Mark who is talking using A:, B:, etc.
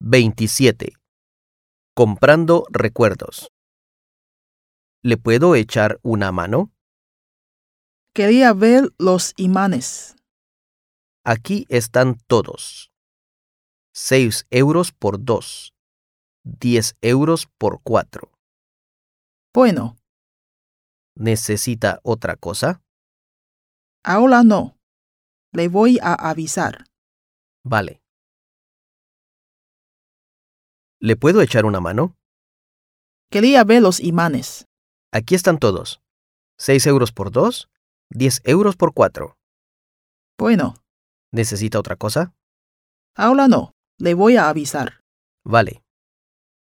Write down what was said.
A: 27. Comprando recuerdos. ¿Le puedo echar una mano?
B: Quería ver los imanes.
A: Aquí están todos. 6 euros por 2. 10 euros por 4.
B: Bueno,
A: ¿Necesita otra cosa?
B: ahora no. Le voy a avisar.
A: Vale. ¿Le puedo echar una mano?
B: Quería ver los imanes.
A: Aquí están todos. 6 euros por 2. 10 euros por 4.
B: Bueno,
A: ¿Necesita otra cosa?
B: ahora no. Le voy a avisar.
A: Vale.